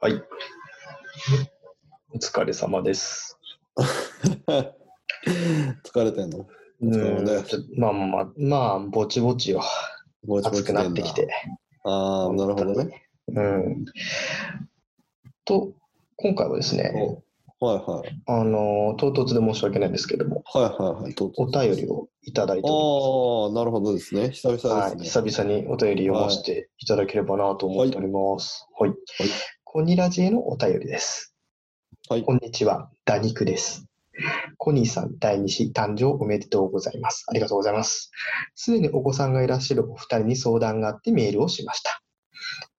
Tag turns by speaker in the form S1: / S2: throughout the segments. S1: はい。お疲れ様です。
S2: 疲れてんの
S1: う
S2: 様で
S1: ん。ちょまあまあまあ、まあ、ぼちぼちよ。
S2: ぼちぼち
S1: 暑くなってきて。
S2: ああ、なるほどね。
S1: うん。と、今回はですね、
S2: はいはい。
S1: あの、唐突で申し訳ないんですけども、
S2: はいはいはい。どうぞ
S1: お便りをいただいてお
S2: ああ、なるほどですね。久々です
S1: り
S2: ね。
S1: ます。はい、久々にお便り読ませていただければなと思っております。はい。はい
S2: はい
S1: コニラジへのお便りです。
S2: はい
S1: こんにちは、ダニクです。コニーさん、第2子誕生おめでとうございます。ありがとうございます。すでにお子さんがいらっしゃるお二人に相談があってメールをしました。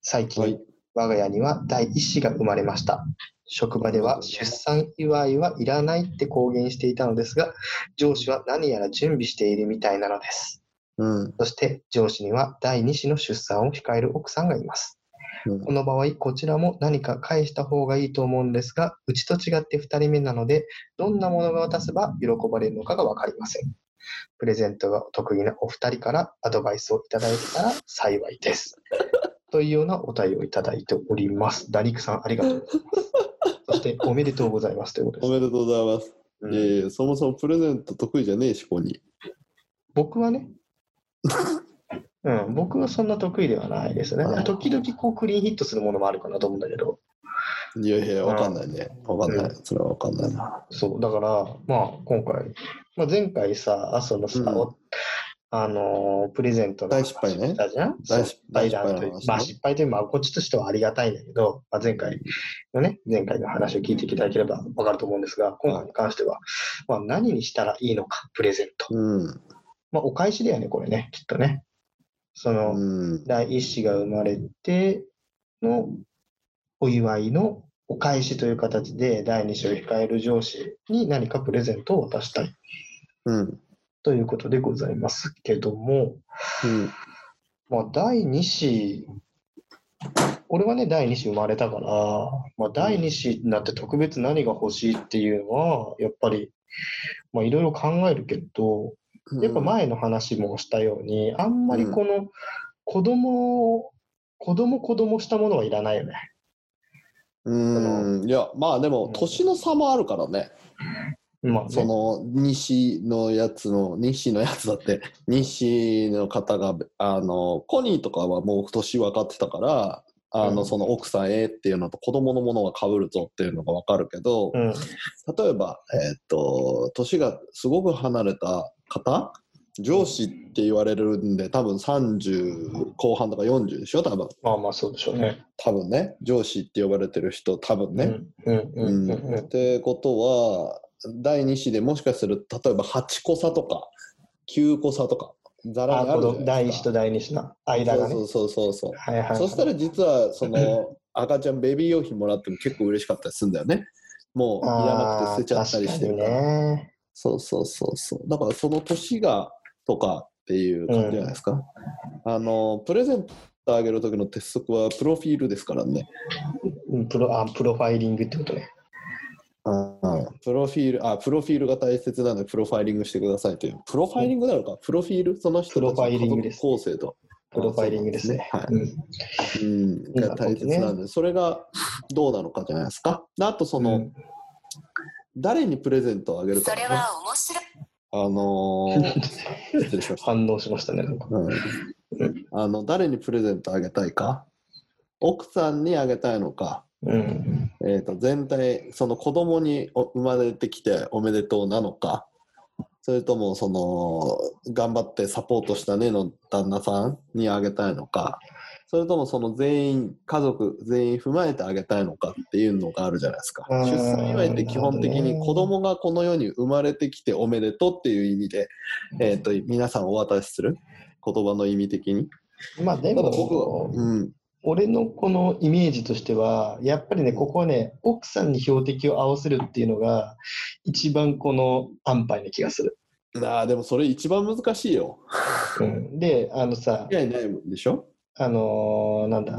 S1: 最近、
S2: はい
S1: 我が家には第1子が生まれました。職場では出産祝いはいらないって公言していたのですが、上司は何やら準備しているみたいなのです。
S2: うん。
S1: そして上司には第2子の出産を控える奥さんがいます。
S2: うん
S1: この場合、こちらも何か返した方がいいと思うんですが、うちと違って2人目なので、どんなものが渡せば喜ばれるのかが分かりません。プレゼントがお得意なお二人からアドバイスをいただいたら幸い です。というようなお便りをいただいております。ダニクさん、ありがとうございます。そして、おめでとうございますということで
S2: お
S1: す。
S2: めでとうございます。
S1: うん
S2: いやいやそもそもプレゼント得意じゃねえし、ここに。
S1: 僕はね、 うん、僕はそんな得意ではないですね
S2: あ。ー
S1: 時々こうクリーンヒットするものもあるかなと思うんだけど、
S2: いやいや、わかんないね。わかんな
S1: う
S2: い。それはわかんないな。
S1: そう、だから、まあ、今回、まあ、前回さ、朝のさ、
S2: うん
S1: おあのープレゼントの
S2: 大失敗ね
S1: 話したじゃん
S2: 大失
S1: 大
S2: 大
S1: 失敗と
S2: 失敗の
S1: いう
S2: 話
S1: まあ
S2: ね
S1: 失敗というまあこっちとしてはありがたいんだけど、まあ、前回のね、前回の話を聞いていただければわかると思うんですが、今回に関しては、まあ、何にしたらいいのか、プレゼント。
S2: うん。
S1: まあ、お返しだよね、これね、きっとね。その、
S2: うん。
S1: 第一子が生まれてのお祝いのお返しという形で第二子を控える上司に何かプレゼントを渡したい
S2: うん。
S1: ということでございますけども、
S2: うん。
S1: まあ、第二子俺はね第二子生まれたから、まあ、第二子になって特別何が欲しいっていうのはやっぱりまあいろいろ考えるけどやっぱ前の話もしたように、あんまりこの子供を、子供子供したものはいらないよね。
S2: うん。いや、まあで
S1: う
S2: も
S1: ん、
S2: 年の差もあるからね。
S1: まあね、
S2: その西のやつの西のやつだって 西の方があのコニーとかはもう年分かってたからあ
S1: う
S2: の
S1: ん
S2: その奥さんへっていうのと子供のものが被るぞっていうのが分かるけど
S1: うん、
S2: 例えば、えーっと年がすごく離れた方上司って言われるんで多分30後半とか40でしょ多分
S1: まあまあそうでしょうね。
S2: 多分ね上司って呼ばれてる人多分ね。
S1: うんうんうんうん
S2: うん
S1: う
S2: っ
S1: ん。
S2: てことは第2子でもしかすると例えば8個差とか9個差とかざら
S1: あ
S2: にあ
S1: こ
S2: るじゃ
S1: の
S2: ない
S1: 第
S2: で
S1: 一
S2: す
S1: と
S2: か。
S1: 第二子の間がね。
S2: そうそうそうそう
S1: はいはいは
S2: そ
S1: い。
S2: うそしたら実はその赤ちゃんベビー用品もらっても結構嬉しかったりするんだよねもういらなくて捨てちゃったりしてるから
S1: あー確かにね。
S2: そうそうそうそうだからその年がとかっていう感じじゃないですか、あのプレゼントあげる時の鉄則はプロフィールですからね
S1: うんプロあプロファイリングってことね。
S2: うんプロフィール、あ、プロフィールが大切なので、プロファイリングしてくださいという。プロファイリングなのか、プロフィール、その人たちの
S1: プロファイリングです
S2: 家族構成と。
S1: プロファイリングですね。
S2: あそう
S1: う
S2: で
S1: ん
S2: すねはい。うん、が大切なので、それがどうなのかじゃないですか。であと、その、
S1: うん
S2: 誰にプレゼントをあげるか、ね。
S3: 面白い。
S2: あのー 失礼しました。
S1: 反応しましたね。なんか
S2: うんあの、誰にプレゼントあげたいか、奥さんにあげたいのか、
S1: うん。
S2: えー、と全体その子供にお生まれてきておめでとうなのかそれともその頑張ってサポートしたねの旦那さんにあげたいのかそれともその全員家族全員踏まえてあげたいのかっていうのがあるじゃないですか
S1: うーん
S2: 出産祝いって基本的に子供がこの世に生まれてきておめでとうっていう意味で、えー、と皆さんお渡しする言葉の意味的に。
S1: まあでも
S2: ただ僕はうん
S1: 俺のこのイメージとしてはやっぱりねここはね奥さんに標的を合わせるっていうのが一番この安牌な気がする、
S2: あーでもそれ一番難しいよ。
S1: うん、であのさ
S2: 間違いないもんでしょ
S1: あのーなんだ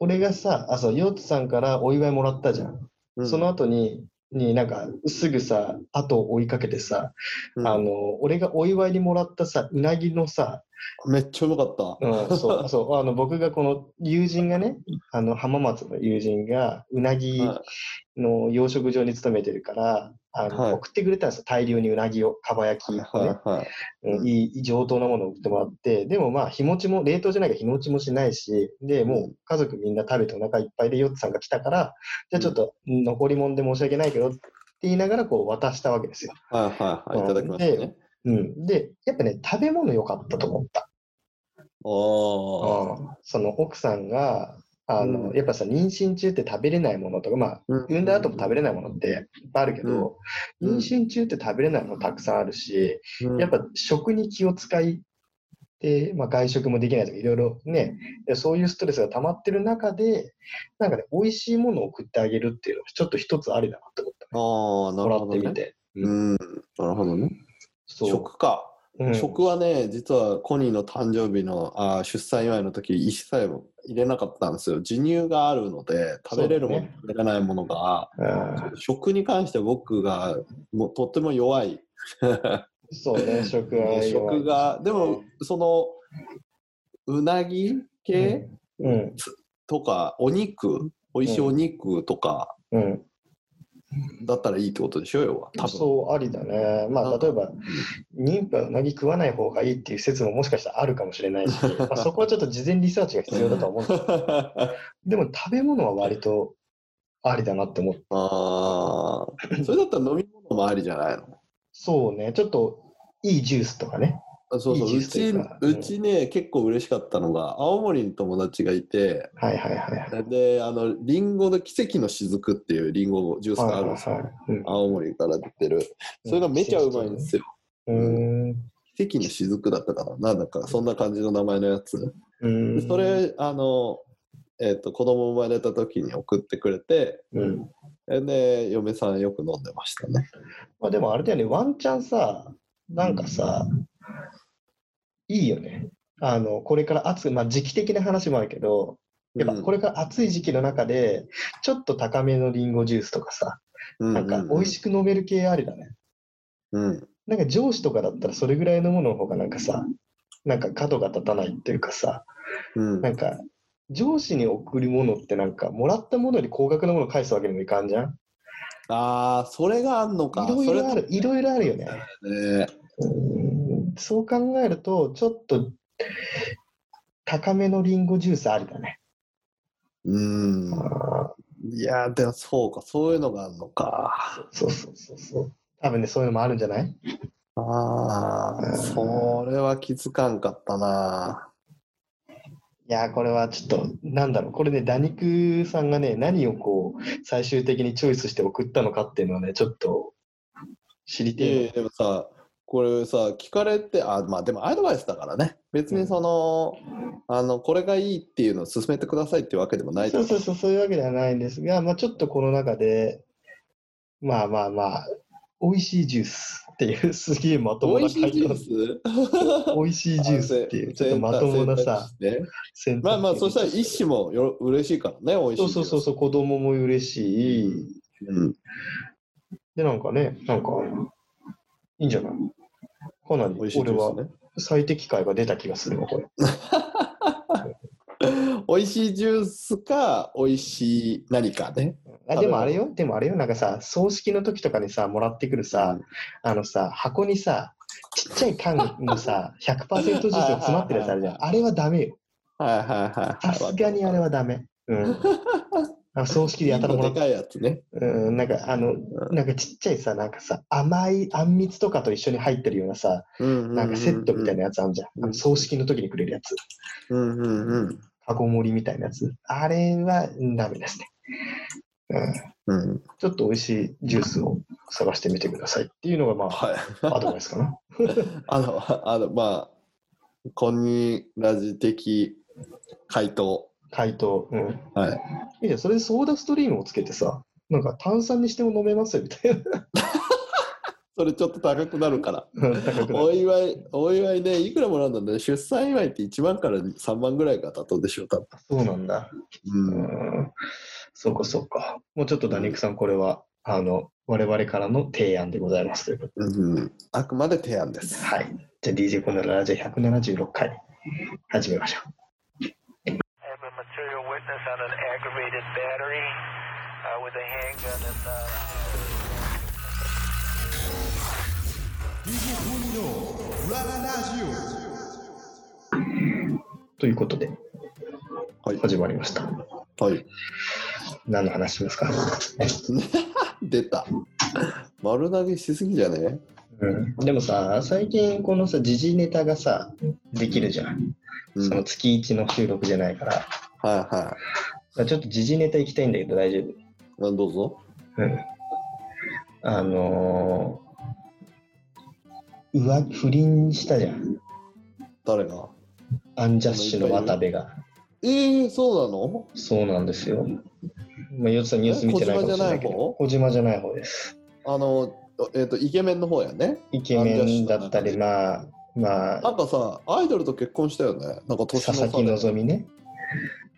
S1: 俺がさあそうヨーツさんからお祝いもらったじゃん、
S2: うん
S1: その後にになんかすぐさ後を追いかけてさ、
S2: うん
S1: あの俺がお祝いにもらったさうなぎのさ、
S2: めっちゃうまかった。
S1: うん、そう そうあの僕がこの友人がねあの浜松の友人がうなぎ
S2: は
S1: の養殖場に勤めてるからあの、
S2: はい
S1: 送ってくれたんですよ大量にうなぎをかば焼き、
S2: い
S1: ね
S2: はいはい。
S1: うんいい上等なものを送ってもらってでもまあ日持ちも冷凍じゃないから日持ちもしないしでもう家族みんな食べてお腹いっぱいでヨッツさんが来たからじゃあちょっと残り物で申し訳ないけどって言いながらこう渡したわけですよ。
S2: はいはいはい。いただきましたね。
S1: うん、でやっぱね食べ物良かったと思った。
S2: おー。
S1: うんその奥さんがあの、
S2: うん
S1: やっぱさ妊娠中って食べれないものとかまあ
S2: うん
S1: 産んだ後も食べれないものっていっぱいあるけど、
S2: う
S1: 妊
S2: ん
S1: 娠中って食べれないものたくさんあるし、やっぱ食に気を使いで、まあ、外食もできないとかいろいろねそういうストレスが溜まってる中でなんかね美味しいものを送ってあげるっていうのはちょっと一つありだなと思った、
S2: あーな
S1: も
S2: る
S1: ら
S2: ほ
S1: っ
S2: ど
S1: てみ
S2: ね。
S1: て
S2: うん、なるほどね。
S1: そう
S2: 食か。
S1: うん
S2: 食はね、実はコニーの誕生日のあー出産祝いの時一切入れなかったんですよ。授乳があるので、食べれるもの、
S1: そうだね
S2: 食べれないものが、
S1: うん
S2: 食に関して僕がもうとっても弱い。
S1: そうね食は
S2: で食が、でも、その、うなぎ系
S1: うん
S2: とか、お肉、美味しいお肉とか
S1: うん
S2: だったらいいってことでしょ、要は。多分
S1: そうありだねまあ
S2: うん
S1: 例えば妊婦はうなぎ食わない方がいいっていう説ももしかしたらあるかもしれない し、まあ、そこはちょっと事前リサーチが必要だとは思うんだけどでも食べ物は割とありだなって思った
S2: ああ、それだったら飲み物もありじゃないの
S1: そうね、ちょっといいジュースとかね。
S2: あそうそう
S1: いい
S2: い
S1: ジュ
S2: ち
S1: ースというか
S2: うちね、結構嬉しかったのが青森に友達がいて
S1: はいはいはいはい。
S2: であのリンゴの奇跡の雫っていうリンゴジュースがあるんですよ、
S1: はいはいはい
S2: 青森から出てるそれがめちゃうまいんですよ
S1: うん。う
S2: 奇跡の雫だったかななんだかそんな感じの名前のやつ
S1: ーん。うーん
S2: そ、れあのえっ、と子供生まれた時に送ってくれて
S1: うん。
S2: で嫁さんよく飲んでましたね
S1: まあでもあれだよね、ワンチャンさ、なんかさ、いいよね。あの、これから暑く、まあ時期的な話もあるけど、やっぱこれから暑い時期の中で、ちょっと高めのリンゴジュースとかさ、なんか美味し
S2: く、
S1: く飲める系ありだね。
S2: うん、
S1: なんか上司とかだったらそれぐらいのものの方がなんかさ、なんか角が立たないっていうかさ、
S2: うん
S1: なんか、上司に送るものってなんか、もらったものより高額なものを返すわけにもいかんじゃん
S2: ああそれがあんのか
S1: いろい
S2: それ
S1: ろある、いろいろあるよね。
S2: ね
S1: うんそう考えると、ちょっと、高めのリンゴジュースありだね。
S2: うん
S1: あ
S2: いやーでもそうかそういうのがあるのか
S1: ーそうそうそうそう。多分ね、そういうのもあるんじゃない
S2: ああそれは気づかんかったない
S1: やー、これはちょっと、なんだろう、これね、打肉さんがね、何をこう、最終的にチョイスして送ったのかっていうのはね、ちょっと、知り
S2: いや
S1: て
S2: いやでもさこれさ聞かれてあまあでもアドバイスだからね別にその,、あのこれがいいっていうのを勧めてくださいっていうわけでもな
S1: え
S2: い
S1: そうそうそう、そういうわけではないんですが、まあ、ちょっとこの中で、まあまあまあ、美味しいジュースっていう、すげえまとも
S2: 美
S1: な
S2: 味しいジュー
S1: ス。
S2: ス
S1: 美味しいジュースっていう、ちょっとまともなさ、
S2: 選択肢ね
S1: 選択肢
S2: まあまあそしたら一種もよ嬉しいからね美味しい
S1: そうそうそうそう、子供も嬉しい。
S2: うん、
S1: で、なんかね、なんか、いいんじゃないかなり
S2: 美味しいジ
S1: 俺
S2: ュース
S1: は
S2: ね
S1: 最適解が出た気がするわ、これ。
S2: 美味しいジュースか美味しい何かね。
S1: あでもあれよ、でもあれよ、なんかさ、葬式の時とかにさ、もらってくるさ、あのさ、箱にさ、ちっちゃい缶のさ、100%ジュースが詰まって るやつあるじゃん。あれはダメよ。
S2: はいはいはい
S1: さ
S2: はい。
S1: すがにあれはダメ。うん。あ葬式でやたらもら
S2: で
S1: った。
S2: かいやつね。
S1: うん、なんかあの、なんかちっちゃいさ、なんかさ、甘いあんみつとかと一緒に入ってるようなさ、
S2: な
S1: なんかセットみたいなやつあるじゃん。
S2: うん
S1: あの葬式の時にくれるやつ。
S2: うんうんうん
S1: カゴ盛りみたいなやつ。あれはダメですね。うん。
S2: うん。
S1: ちょっと美味しいジュースを探してみてくださいっていうのが、まあ、
S2: はい。
S1: アドバイスかな。
S2: あの、あの、まあ、コニラジ的回答。
S1: 回答。うん。
S2: はい。
S1: いいじゃんそれでソーダストリームをつけてさ、なんか炭酸にしても飲めますよみたい
S2: それちょっと高くなるから。
S1: な。高くな
S2: お祝い、お祝いね、いくらもらうんだろうね。出産祝いって1万から3万ぐらいが妥当でしょう、多分。
S1: そうなんだ。う
S2: うん
S1: ん。そうかそうか。もうちょっとダニクさん、これは、あの、我々からの提案でございますということ
S2: うん、あくまで提案で。
S1: ですはい。じゃあ DJ コンのラジオ176回、始めましょう。
S3: I have a material witness on an aggravated battery uh, with a handgun and. Uh,
S4: DJ コニの裏ララジオ
S1: ということで、
S2: はい。
S1: 始まりました。
S2: はい、
S1: 何の話しますか、
S2: 出た。丸投げしすぎじゃね
S1: うん、でもさ、最近このさ、時事ネタがさ、できるじゃん。
S2: うん、
S1: そ
S2: は
S1: の
S2: い
S1: 月一の収録じゃないから。だか
S2: は
S1: らちょっと時事ネタ行きたいんだけど大丈夫。
S2: い。あどうぞ。
S1: うん。あのー、浮不倫したじゃん。
S2: 誰が
S1: アンジャッシュの渡部が。
S2: ええそうなの
S1: そうなんですよ。まあ、よつさんニュース見てないかもしれないけど。小島じゃない方です。
S2: あの、えっ、と、イケメンの方やね。
S1: イケメンだったり、まあ、まあ
S2: な、んかさ、アイドルと結婚したよね。なんか年の
S1: 佐
S2: 差
S1: 々
S2: で
S1: 木希ね。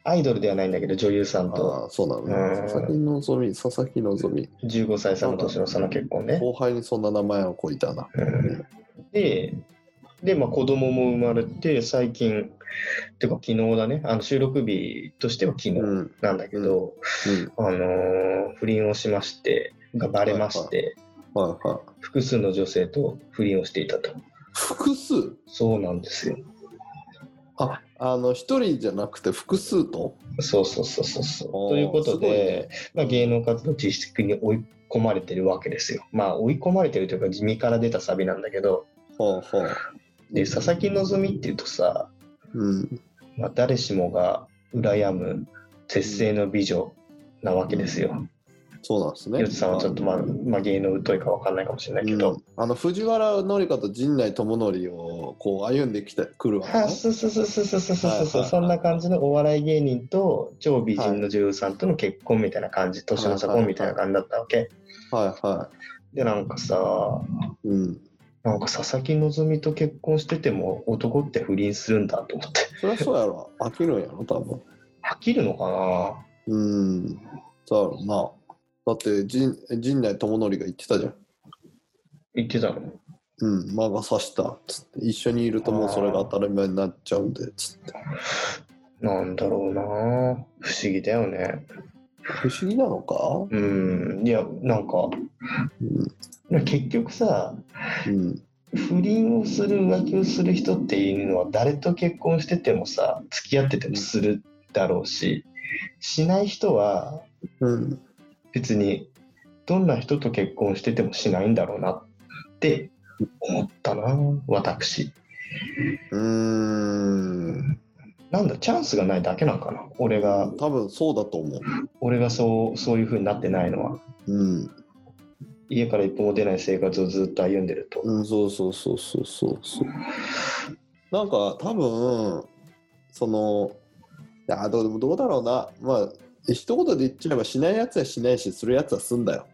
S1: アイドルではないんだけど、女優さんと
S2: ああ、そうなの、ね
S1: うん
S2: 佐々木希美、佐々木希
S1: 15歳差の年の差の結婚
S2: 美。
S1: ね。
S2: 後輩にそんな名前の子いたな。
S1: うんで、で、まあ、子供も生まれて、最近、てか昨日だね、あの収録日としては昨日
S2: うん。うん。
S1: なんだけど、あのー不倫をしまして、がバレまして、
S2: はいはい。
S1: 複数の女性と不倫をしていたと。
S2: 複数
S1: そうなんですよ。
S2: あ、あの、一人じゃなくて複数と。
S1: そうそうそうそうそう。
S2: おー
S1: ということ
S2: すごい
S1: で
S2: ね、
S1: まあ、芸能活動自粛に追い込まれてるわけですよ。まあ追い込まれてるというか地味から出たサビなんだけど、
S2: ほうほう。
S1: で佐々木希っていうとさ、
S2: うん。
S1: まあ、誰しもが羨む絶世の美女なわけですよ。
S2: そうなんですね。
S1: ヨ、つさんはちょっと、まあまあ、芸能疎いか分かんないかもしれないけど。
S2: うんあの藤原紀香と陣内智則をこう歩んできてくるわけ、
S1: あ
S2: ね、
S1: そうそうそうそうそうそうそうそう、
S2: はいはいはい
S1: そんな感じのお笑い芸人と超美人の女優さんとの結婚みたいな感じ、年の差婚みたいな感じだったわけ。
S2: はいは
S1: で、なんかさ、
S2: い、うん、
S1: なんか佐々木希と結婚してても男って不倫するんだと思って
S2: そりゃそうや ろ飽きるんやろ多分
S1: 飽きるのかな
S2: うんそうやろなだって陣陣内智則が言ってたじゃん
S1: 言ってたの
S2: うん魔が差したつって一緒にいるともうそれが当たり前になっちゃうんでつって
S1: なんだろうな不思議だよね
S2: 不思議なのか
S1: うんいやなんか
S2: うん
S1: 結局さ
S2: うん
S1: 不倫をする浮気をする人っていうのは誰と結婚しててもさ付き合っててもするだろうししない人は
S2: うん
S1: 別にどんな人と結婚しててもしないんだろうなって思ったな私。
S2: うーん
S1: なんだチャンスがないだけなのかな俺が
S2: 多分そうだと思う
S1: 俺がそうそういう風になってないのは
S2: うん
S1: 家から一歩も出ない生活をずっと歩んでると、
S2: うん、そうそうそうそうそうそう。なんか多分そのいやどうどうだろうなまあ一言で言っちゃえばしないやつはしないしするやつはすんだよ。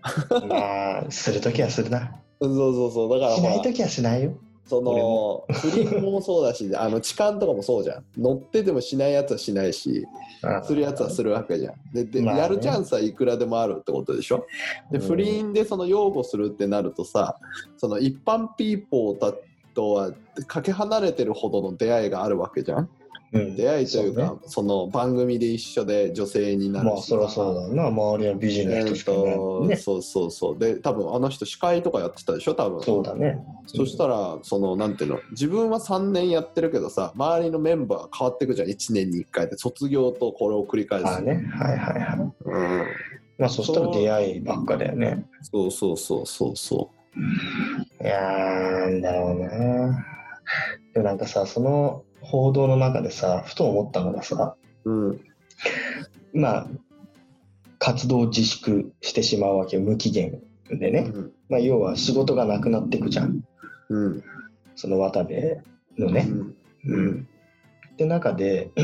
S1: まあするときはするな
S2: うんそうそうそうだから
S1: し
S2: ほ
S1: ない
S2: ら
S1: ときはしないよ俺
S2: その不倫もそうだしあの痴漢とかもそうじゃん乗っててもしないやつはしないし
S1: あ
S2: するやつはするわけじゃん。でで、
S1: まあね
S2: やるチャンスはいくらでもあるってことでしょで
S1: うん
S2: 不倫でその擁護するってなるとさその一般ピーポーたとはかけ離れてるほどの出会いがあるわけじゃん
S1: うん
S2: 出会いというかそ
S1: そ
S2: の番組で一緒で女性になる
S1: まあそりゃそうだな周りは美人な
S2: え
S1: 人
S2: ー
S1: しかい
S2: と
S1: ないね
S2: そうそうそうで多分あの人司会とかやってたでしょ多分
S1: そうだね
S2: そしたらそのなんていうの自分は3年やってるけどさ周りのメンバー変わってくじゃん1年に1回で卒業とこれを繰り返
S1: ああ
S2: す、
S1: ねはいはいはい
S2: うん、
S1: まあそしたら出会いばっかだよね
S2: そうそうそうそうそ
S1: いやーなんだろうなでもなんかさその報道の中でさふと思ったのがさ、
S2: ううん
S1: まあ、活動を自粛してしまうわけよ無期限で
S2: う
S1: ね、
S2: ん
S1: まあ、要は仕事がなくなっていくじゃん
S2: うん
S1: その渡部の
S2: う
S1: ね。
S2: ん
S1: うん、って中で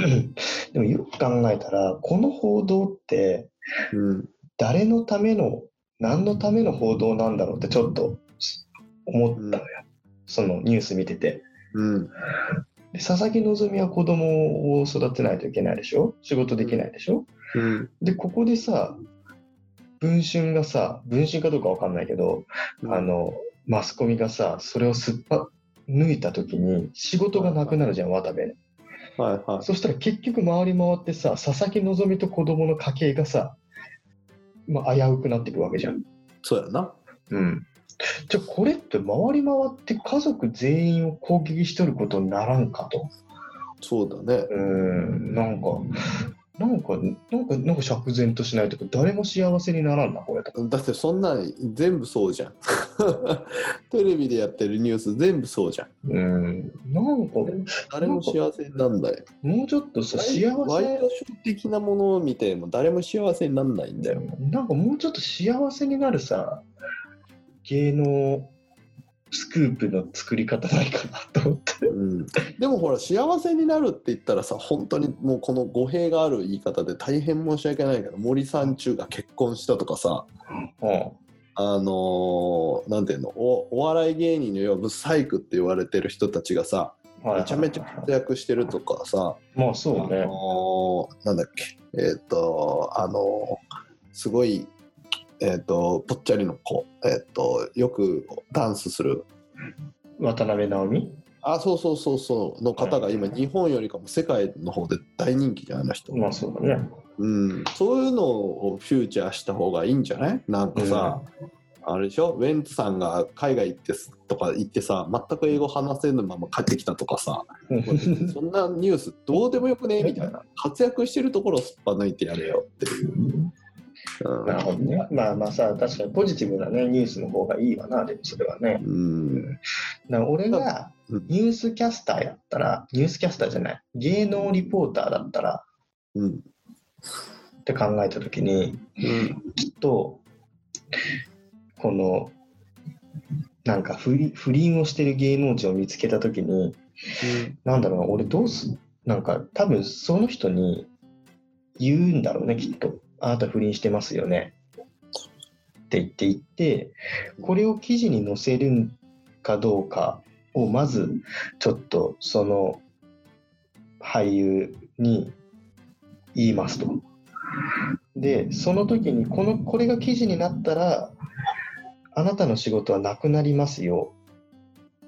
S1: でもよく考えたらこの報道って
S2: うん
S1: 誰のための何のための報道なんだろうってちょっと思ったのよ、そのニュース見てて。
S2: うん
S1: で佐々木希は子供を育てないといけないでしょ仕事できないでしょ、
S2: うん
S1: でここでさ文春がさ、文春かどうかわかんないけど、あの、マスコミがさ、それをすっぱ抜いた時に仕事がなくなるじゃん、渡部。
S2: はいはい。
S1: そしたら結局回り回ってさ、佐々木希と子供の家系がさ、まあ、危うくなっていくわけじゃん。
S2: そうやな。
S1: うん。じゃあこれって回り回って家族全員を攻撃しとることにならんかと。
S2: そうだね。
S1: うーん、なんか、なんか、なんか、なんか釈然としないというか、誰も幸せにならんな、これと。
S2: だってそんなん全部そうじゃん。 テレビでやってるニュース全部そうじゃん。
S1: うーん、なんか、
S2: 誰も幸せになんない。
S1: もうちょっとさ、幸
S2: ワイ
S1: せ、
S2: ドショー的なものを見ても誰も幸せになんないんだよ。
S1: なんかもうちょっと幸せになるさ、芸能スクープの作り方ないかなと思って。
S2: うん、でもほら幸せになるって言ったらさ本当にもうこの語弊がある言い方で大変申し訳ないけど森三中が結婚したとかさ
S1: う
S2: あのーなんていうのおお笑い芸人に呼ぶ細工って言われてる人たちがさ
S1: ん。はい
S2: めちゃめちゃ活躍してるとかさ、
S1: まあそう
S2: あ
S1: ね。
S2: のーなんだっけえっ、とあのーすごいえっ、とぽっちゃりの子えっ、とよくダンスする
S1: 渡辺直美
S2: あそうそうそうそうの方が今日本よりかも世界の方で大人気じゃんあの人、
S1: まあそうだね。
S2: うん、そういうのをフューチャーした方がいいんじゃないなんかさ、あれでしょウェンツさんが海外行ってすとか行ってさ全く英語話せぬまま帰ってきたと かさそんなニュースどうでもよくねみたいな活躍してるところをすっぱ抜いてやれよっていう、うん
S1: なるほどね。まあまあさ、確かにポジティブなね、ニュースの方がいいわな、でもそれはね。
S2: うん、
S1: だから俺が
S2: うん
S1: ニュースキャスターやったら、ニュースキャスターじゃない、芸能リポーターだったら
S2: うん
S1: って考えたときに、きっと、この、なんか不倫不倫をしてる芸能人を見つけたときに、なんだろうな、俺どうすなんか多分その人に言うんだろうね、きっと。あなた不倫してますよね。って言って言って、これを記事に載せるんかどうかをまずちょっとその俳優に言いますと。で、その時にこの、これが記事になったら、あなたの仕事はなくなりますよ。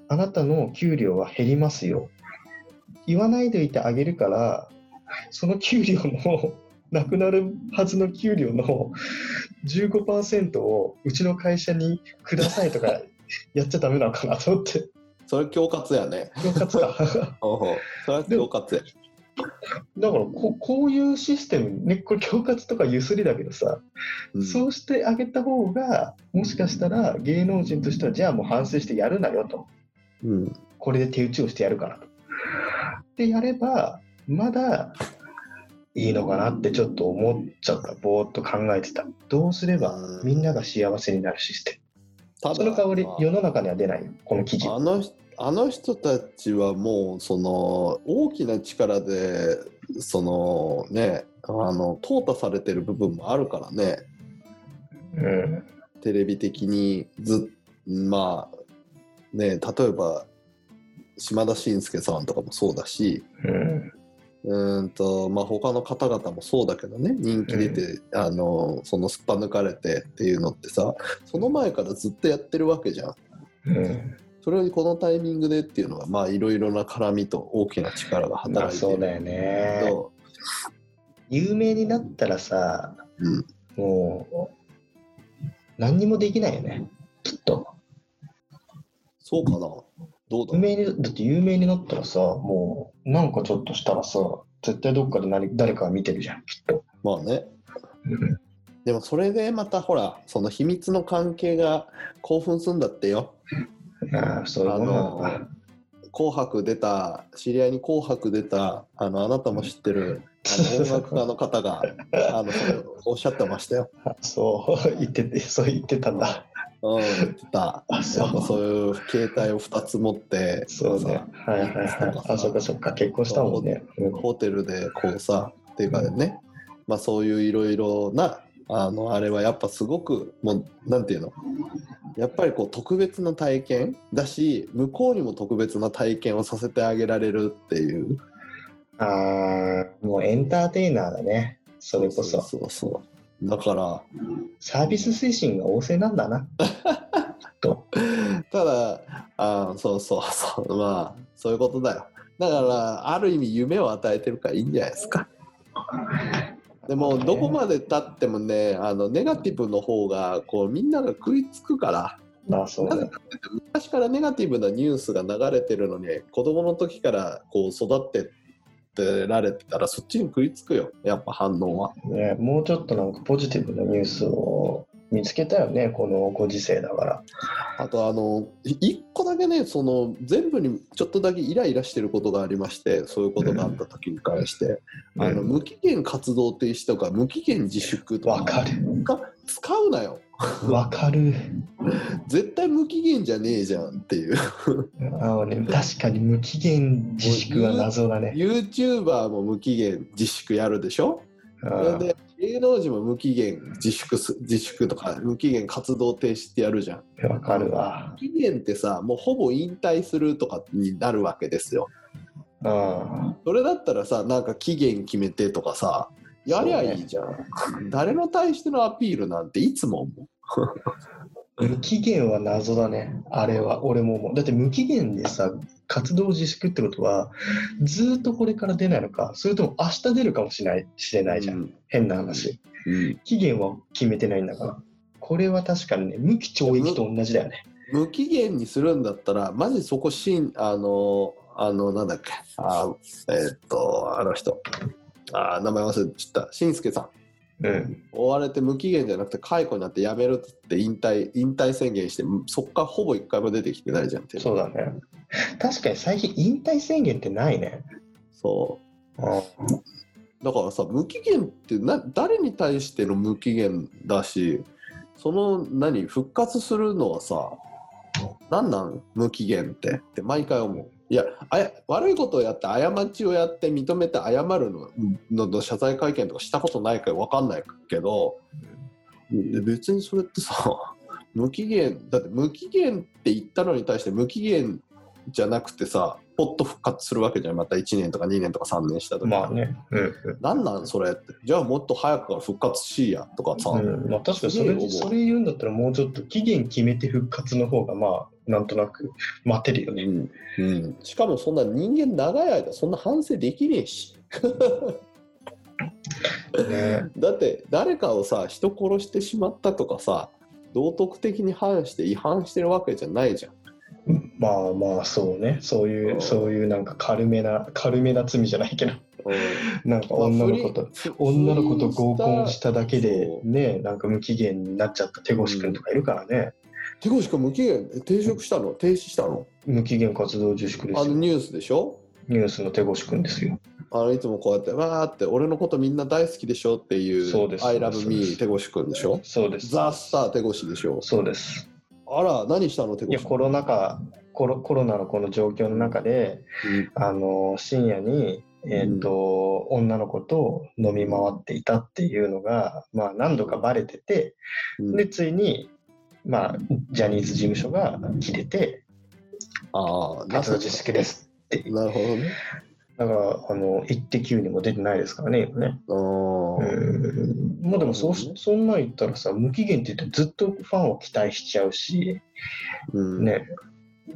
S1: あなたの給料は減りますよ。言わないでいてあげるから、その給料の、 なくなるはずの給料の15%をうちの会社にくださいと かやっちゃダメなのかなと思って。
S2: それ恐喝やね
S1: よかった。 だ
S2: おうそれは恐喝や
S1: からこ、こういうシステム、ね、これ、恐喝とかゆすりだけどさ、
S2: うん
S1: そうしてあげた方が、もしかしたら芸能人としては、じゃあもう反省してやるなよと。
S2: うん
S1: これで手打ちをしてやるからと。ってやれば、まだいいのかなってちょっと思っちゃった。ぼーっと考えてた。どうすればみんなが幸せになるシステ
S2: た
S1: ム。
S2: だ
S1: その代わり
S2: まあ、
S1: 世の中には出ないよ、この記事。
S2: あの人あの人たちはもうその大きな力でそのねあの淘汰されてる部分もあるからね
S1: うん。
S2: テレビ的にずまあね例えば島田紳介さんとかもそうだし
S1: うん。
S2: うーんとまあ他の方々もそうだけどね人気出て、あのそのすっぱ抜かれてっていうのってさその前からずっとやってるわけじゃん。
S1: うん。
S2: それをこのタイミングでっていうのはまあいろいろな絡みと大きな力が
S1: まあ
S2: 働いて
S1: そ
S2: る
S1: うだよ
S2: け
S1: ね。
S2: ど、
S1: 有名になったらさ、
S2: うん
S1: もう、何にもできないよね。きっと。
S2: そうかなどうだ
S1: 有名に、だって有名になったらさ、もう、なんかちょっとしたらさ、絶対どっかで何誰かが見てるじゃん、きっと。
S2: まあねでもそれでまたほらその秘密の関係が興奮するんだってよ
S1: ああ、そういうものなのか。
S2: 「紅白」出た知り合いに「紅白」出たあのあなたも知ってる あの音楽家の方があのそれおっしゃってましたよ。
S1: そう、言ってて、そう言ってたんだ。
S2: うん、言ってた
S1: あ、
S2: や
S1: そ
S2: っぱ
S1: う。
S2: そういう携帯を2つ持って
S1: そうね。
S2: さ
S1: はいはいはい。あ、そっかそっか。結婚したもんね。うん
S2: ホテルでこうさっていうかね、まあ、そういういろいろなあのあれはやっぱすごくもうなんていうのやっぱりこう特別な体験だし向こうにも特別な体験をさせてあげられるっていう
S1: ああ、もうエンターテイナーだね。それこそ。
S2: そうそうだから、
S1: サービス推進が旺盛なんだな。
S2: ただあーそうそうそうまあそういうことだよだからある意味夢を与えてるからいいんじゃないですかでもどこまでたってもねあのネガティブの方がこうみんなが食いつくから
S1: まあそう
S2: な
S1: だ
S2: ぜかっていうと昔からネガティブなニュースが流れてるのに子供の時からこう育ってってられてたらそっちに食いつくよやっぱ反応は
S1: ね。もうちょっとなんかポジティブなニュースを見つけたよね、このご時世だから。
S2: あとあの1個だけねその全部にちょっとだけイライラしてることがありましてそういうことがあった時に関して、あの
S1: うん
S2: 無期限活動停止とか無期限自粛と
S1: わか
S2: か
S1: る。
S2: 使うなよ
S1: わかる。
S2: 絶対無期限じゃねえじゃんっていう
S1: あのね、確かに無期限自粛は謎だね。
S2: YouTuber も無期限自粛やるでしょそれで芸能人も無期限自粛す自粛とか無期限活動停止ってやるじゃん
S1: うんわかるわ。
S2: 無期限ってさもうほぼ引退するとかになるわけですよ
S1: うん
S2: それだったらさなんか期限決めてとかさやりゃいいじゃん、誰の対してのアピールなんていつも思う
S1: 無期限は謎だね、あれは、俺も思う。だって無期限でさ、活動自粛ってことは、ずーっとこれから出ないのか、それとも明日出るかもしれないしれないじゃん。
S2: うん
S1: 変な話。
S2: うん
S1: 期限は決めてないんだから。これは確かにね、無期懲役と同じだよね。
S2: 無期限にするんだったらマジそこしんあのあのなんだっけあえーっとあの人あー名前忘れちゃったしんすけさん
S1: うん。
S2: 追われて無期限じゃなくて解雇になって辞めるって引退引退宣言してそっからほぼ一回も出てきてないじゃんって
S1: そうだね。確かに最近引退宣言ってないね。
S2: そう
S1: うん
S2: だからさ無期限ってな誰に対しての無期限だしその何復活するのはさ何なん無期限ってって毎回思ういやあや悪いことをやって過ちをやって認めて謝るののの謝罪会見とかしたことないから分かんないけどで別にそれってさ無期限だって無期限って言ったのに対して無期限じゃなくてさポッと復活するわけじゃんまた1年とか2年とか3年した時に
S1: まあね。うん
S2: なんなんそれってじゃあもっと早くから復活しいやとかさ、
S1: うんまあ、確かにそ
S2: すげえ思
S1: れ
S2: う
S1: それ言うんだったらもうちょっと期限決めて復活の方がまあなんとなく待てるよね。
S2: うんうんしかもそんな人間長い間そんな反省できねえし
S1: ね
S2: だって誰かをさ人殺してしまったとかさ道徳的に反して違反してるわけじゃないじゃん
S1: まあまあそうねそういう、
S2: うん
S1: そういうなんか軽めな軽めな罪じゃないけど なんか
S2: まあ
S1: 女の子と、女の子と合コンしただけで
S2: そう
S1: ねなんか無期限になっちゃった手越くんとかいるからね、
S2: 手越君無期限え停職したの停止したの
S1: 無期限活動自粛で
S2: あ
S1: す
S2: の
S1: よ
S2: ニュースでしょ
S1: ニュースの手越くんですよ
S2: あのいつもこうやってわーって俺のことみんな大好きでしょっていう
S1: そうです
S2: アイラブ
S1: そう
S2: ミ
S1: で
S2: ー
S1: す
S2: 手越君でしょ
S1: そうです
S2: ザ・スター手越でしょ
S1: そうです
S2: あら、何したの手
S1: いや
S2: 越
S1: コロナ禍コロコロナのこの状況の中で
S2: うん
S1: あの深夜に、えーと女の子と飲み回っていたっていうのが、まあ、何度かバレてて
S2: うん
S1: でついに、まあ、ジャニーズ事務所が切れて
S2: ああ、な
S1: 活動自粛ですっていう
S2: なるほどね。
S1: だからあの「イッテ Q!」にも出てないですからね今ね
S2: あー
S1: うんまあでもそ
S2: なるほどね
S1: そんなん言ったらさ無期限って言ってずっとファンを期待しちゃうし
S2: うん
S1: ね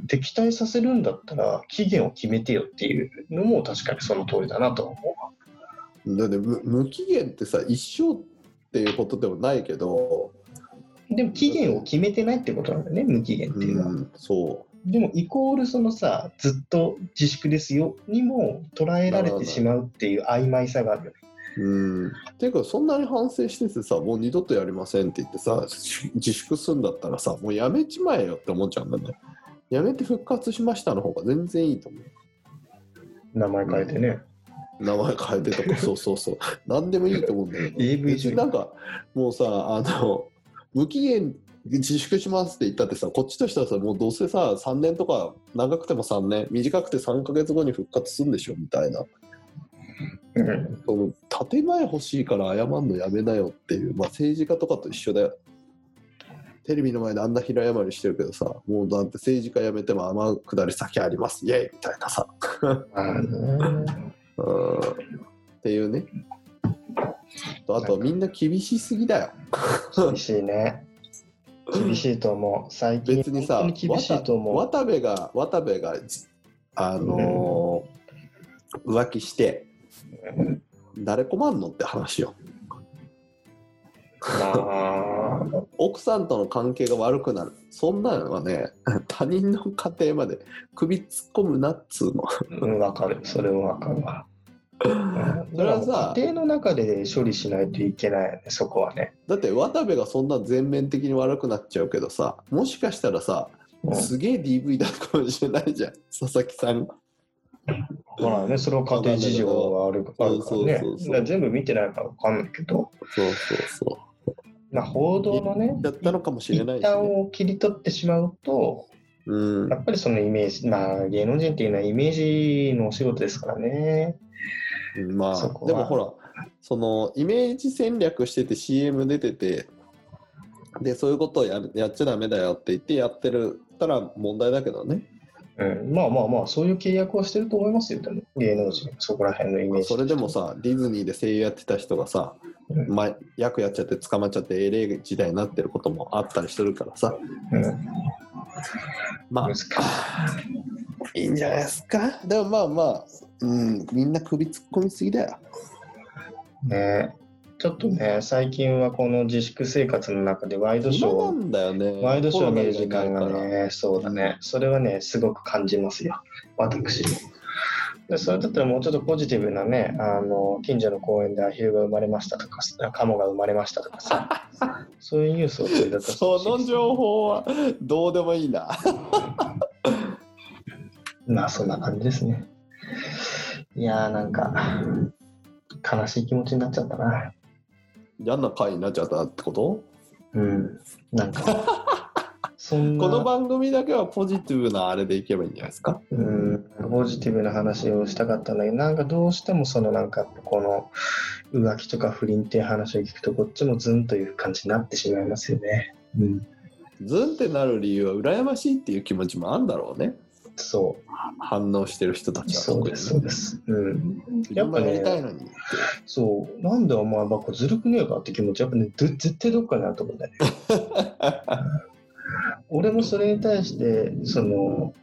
S1: で期待させるんだったら期限を決めてよっていうのも確かにその通りだなとは思う
S2: だって無無期限ってさ、一生っていうことでもないけど、
S1: でも期限を決めてないってことなんだよね、無期限っていうのは。
S2: うんそ
S1: でもイコールそのさ、ずっと自粛ですよにも捉えられてしまうっていう曖昧さがあるよね。
S2: う。うん、っていうか、そんなに反省しててさ、もう二度とやりませんって言ってさ、し自粛すんだったらさ、もうやめちまえよって思っちゃうんだね。やめて復活しましたの方が全然いいと思う。
S1: 名前変えてね。
S2: 名前変えてとか、そうそうそう。何でもいいと思うんだけど。
S1: AV
S2: 別
S1: 女優
S2: になんかもうさあの無期限自粛しますって言ったってさこっちとしてはさもうどうせさ3年とか長くても3年短くて3ヶ月後に復活するんでしょみたいな
S1: うん
S2: その建前欲しいから謝んのやめなよっていう、まあ、政治家とかと一緒だよテレビの前であんな平謝りしてるけどさもうだって政治家辞めても天下り先ありますイエイみたいなさ
S1: あのね
S2: うんっていうねとあとみんな厳しすぎだよ
S1: 厳しいね。厳しいと思う。最近、
S2: 別にさ
S1: 本当に厳しいと思う。
S2: 渡渡部が渡部がじあのー浮気して誰困んのって話よ
S1: まあ、
S2: 奥さんとの関係が悪くなるそんなのはね 他人の家庭まで首突っ込むなっつうの
S1: うん、わかる。それもわかるわ。うん
S2: それはさ
S1: 家庭の中で処理しないといけないよね、そこはね。
S2: だって渡部がそんな全面的に悪くなっちゃうけどさもしかしたらさ
S1: うん
S2: すげえ DV だったかもしれないじゃん佐々木さんが
S1: まあね、それは家庭事情があるあるからね。
S2: そうそうそうそう
S1: だから全部見てないからわかんないけど、
S2: そうそうそ
S1: まあ、報道のね
S2: う、だったのかもしれ
S1: 一
S2: ないし、
S1: 端
S2: ね、
S1: を切り取ってしまうと、
S2: うん
S1: やっぱりそのイメージ、まあ芸能人っていうのはイメージのお仕事ですからね。
S2: まあ
S1: そこは
S2: でもほらそのイメージ戦略してて CM 出ててでそういうことをややっちゃダメだよって言ってやってるたら問題だけどね
S1: うん、まあまあまあ、そういう契約はしてると思いますよ、でも芸能人、そこら辺のイメージ。
S2: それでもさディズニーで声優やってた人がさ、
S1: うん
S2: まあ、役やっちゃって捕まっちゃって英霊時代になってることもあったりするからさ
S1: うん、
S2: まあ
S1: 難しい。
S2: いいんじゃないですかでもまあまあ、うん、みんな首突っ込みすぎだよ
S1: ねちょっとね、最近はこの自粛生活の中でワイドシ
S2: 暇
S1: ョ
S2: な
S1: ー、
S2: んだよね
S1: ワイドショーを見る時
S2: コロ
S1: 間が
S2: ナになるから
S1: ね、そうだね、それはね、すごく感じますよ、私も。でそれだったらもうちょっとポジティブなね、あの近所の公園でアヒルが生まれましたとか、カモが生まれましたとか さ、そういうニュースを取り出してほ
S2: そ
S1: しい
S2: の情報はどうでもいいな
S1: まあそんな感じですね。いやーなんか悲しい気持ちになっちゃったな。
S2: 嫌な回になっちゃったってこと
S1: うん。なんか そんな
S2: この番組だけはポジティブなあれでいけばいいんじゃないですか
S1: うんポジティブな話をしたかったんだけどなんかどうしてもそのなんかこの浮気とか不倫っていう話を聞くとこっちもズンという感じになってしまいますよね。うん。
S2: ズンってなる理由は羨ましいっていう気持ちもあるんだろうね
S1: そ
S2: 反応してる人た
S1: う。
S2: ちは
S1: そうです。そうです。うん。
S2: やっぱやりたいのにって
S1: そう。なんでお前ばっかずるくねえかって気持ちやっぱねず絶対どっかにあると思うんだよね。俺もそれに対してその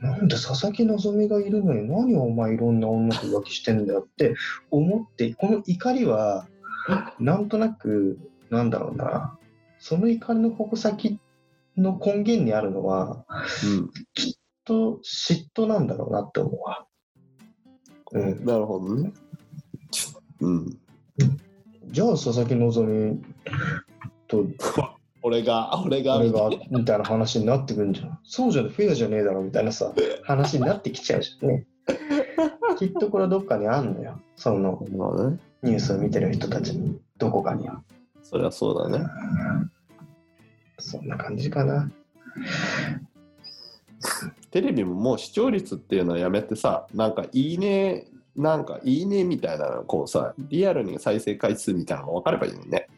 S1: なんで佐々木希がいるのに何お前いろんな女と浮気してんだよって思ってこの怒りはなんとなくなんだろうなその怒りの矛先の根源にあるのはと嫉妬なんだろうなって思うわ。う、
S2: うんんなるほどねうん
S1: じゃあ佐々木希と
S2: 俺が俺が
S1: 俺がみたいな話になってくんじゃん。そうじゃねフェアじゃねえだろみたいなさ、話になってきちゃうじゃんね。きっとこれはどっかにあんのよ。その
S2: まあね
S1: ニュースを見てる人たちに、どこかには。
S2: そりゃそうだね
S1: そんな感じかな。
S2: テレビももう視聴率っていうのはやめてさなんかいいねなんかいいねみたいなのこうさリアルに再生回数みたいなのが分かればいいのにね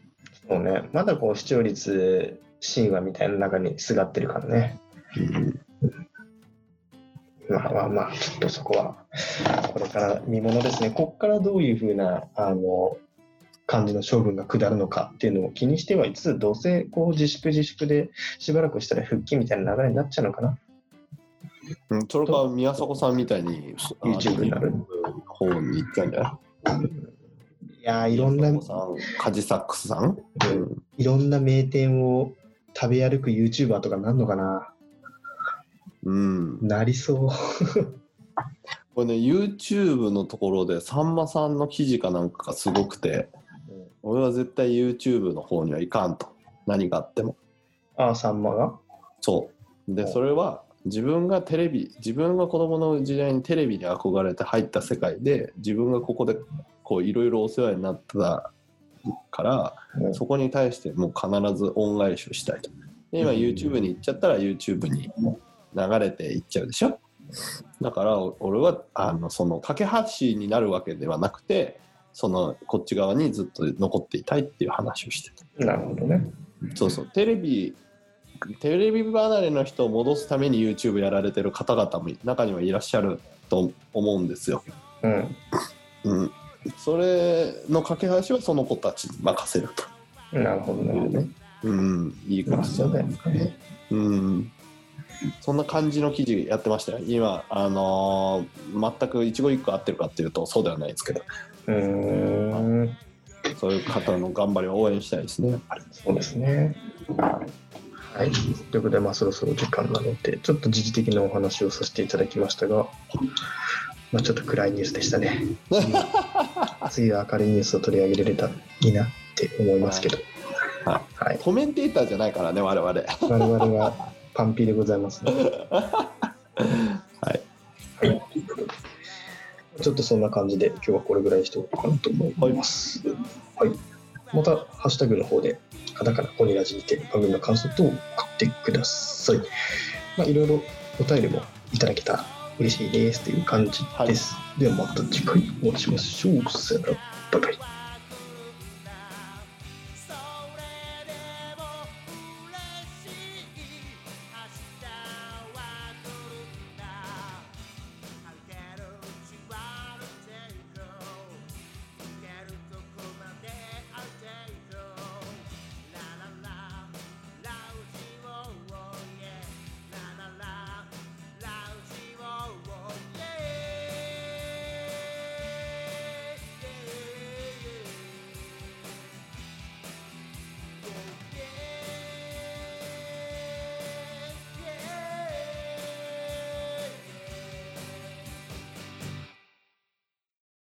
S1: そうね、まだこう視聴率神話みたいな中にすがってるからね。まあまあまあ、ちょっとそこは、これから見ものですね。こっからどういうふうな、あの、感じの処分が下るのかっていうのを気にしてはいつつ、どうせこう自粛自粛でしばらくしたら復帰みたいな流れになっちゃうのかな。
S2: うん、それか宮迫さんみたいにあ
S1: YouTube になる
S2: YouTube の方に行っちゃうんじゃない
S1: いやーいろんな、
S2: 宮迫さんカジサックスさん、うん
S1: いろんな名店を食べ歩く YouTuber とかなんのかな。
S2: うん、
S1: なりそう。
S2: これね YouTube のところでさんまさんの記事かなんかがすごくて俺は絶対 YouTube の方にはいかんと何があっても
S1: ああ、さんまが
S2: そうで
S1: うん
S2: それは自分がテレビ自分が子供の時代にテレビに憧れて入った世界で自分がここでこういろいろお世話になったから、
S1: うん
S2: そこに対してもう必ず恩返しをしたいとで今
S1: うん
S2: YouTube に行っちゃったら YouTube に流れていっちゃうでしょだからお俺はあのその架け橋になるわけではなくてそのこっち側にずっと残っていたいっていう話をしてた
S1: なるほどね。
S2: そうそうテレビテレビ離れの人を戻すために YouTube やられてる方々も中にはいらっしゃると思うんですよ。
S1: うん。
S2: うん、それの架け橋はその子たちに任せると。
S1: なるほどなるほどね。
S2: うん、いい
S1: ま
S2: 感
S1: あ
S2: じじ
S1: そ
S2: ゃ
S1: う
S2: な
S1: だ
S2: い
S1: よ
S2: ですか
S1: ね。
S2: うん、そんな感じの記事やってましたよ今あのー全く一語一句合ってるかっていうとそうではないですけど
S1: うーん。
S2: そういう方の頑張りを応援したいですねやっぱり
S1: そうですね。はい。ということで、まあ、そろそろ時間なので、ちょっと時事的なお話をさせていただきましたが、まあ、ちょっと暗いニュースでした ね。次は明るいニュースを取り上げられたらいいなって思いますけど、
S2: はい
S1: はい。
S2: コメンテーターじゃないからね我々は
S1: 我々はパンピーでございますので、
S2: い
S1: ちょっとそんな感じで、今日はこれぐらいにしておこうかなと思います。はい。また、ハッシュタグの方で、カタカナコニラジにて番組の感想等を買ってください。まあ、いろいろお便りもいただけたら嬉しいですという感じです。ではまた次回お会いしましょう。さよなら。バイバイ。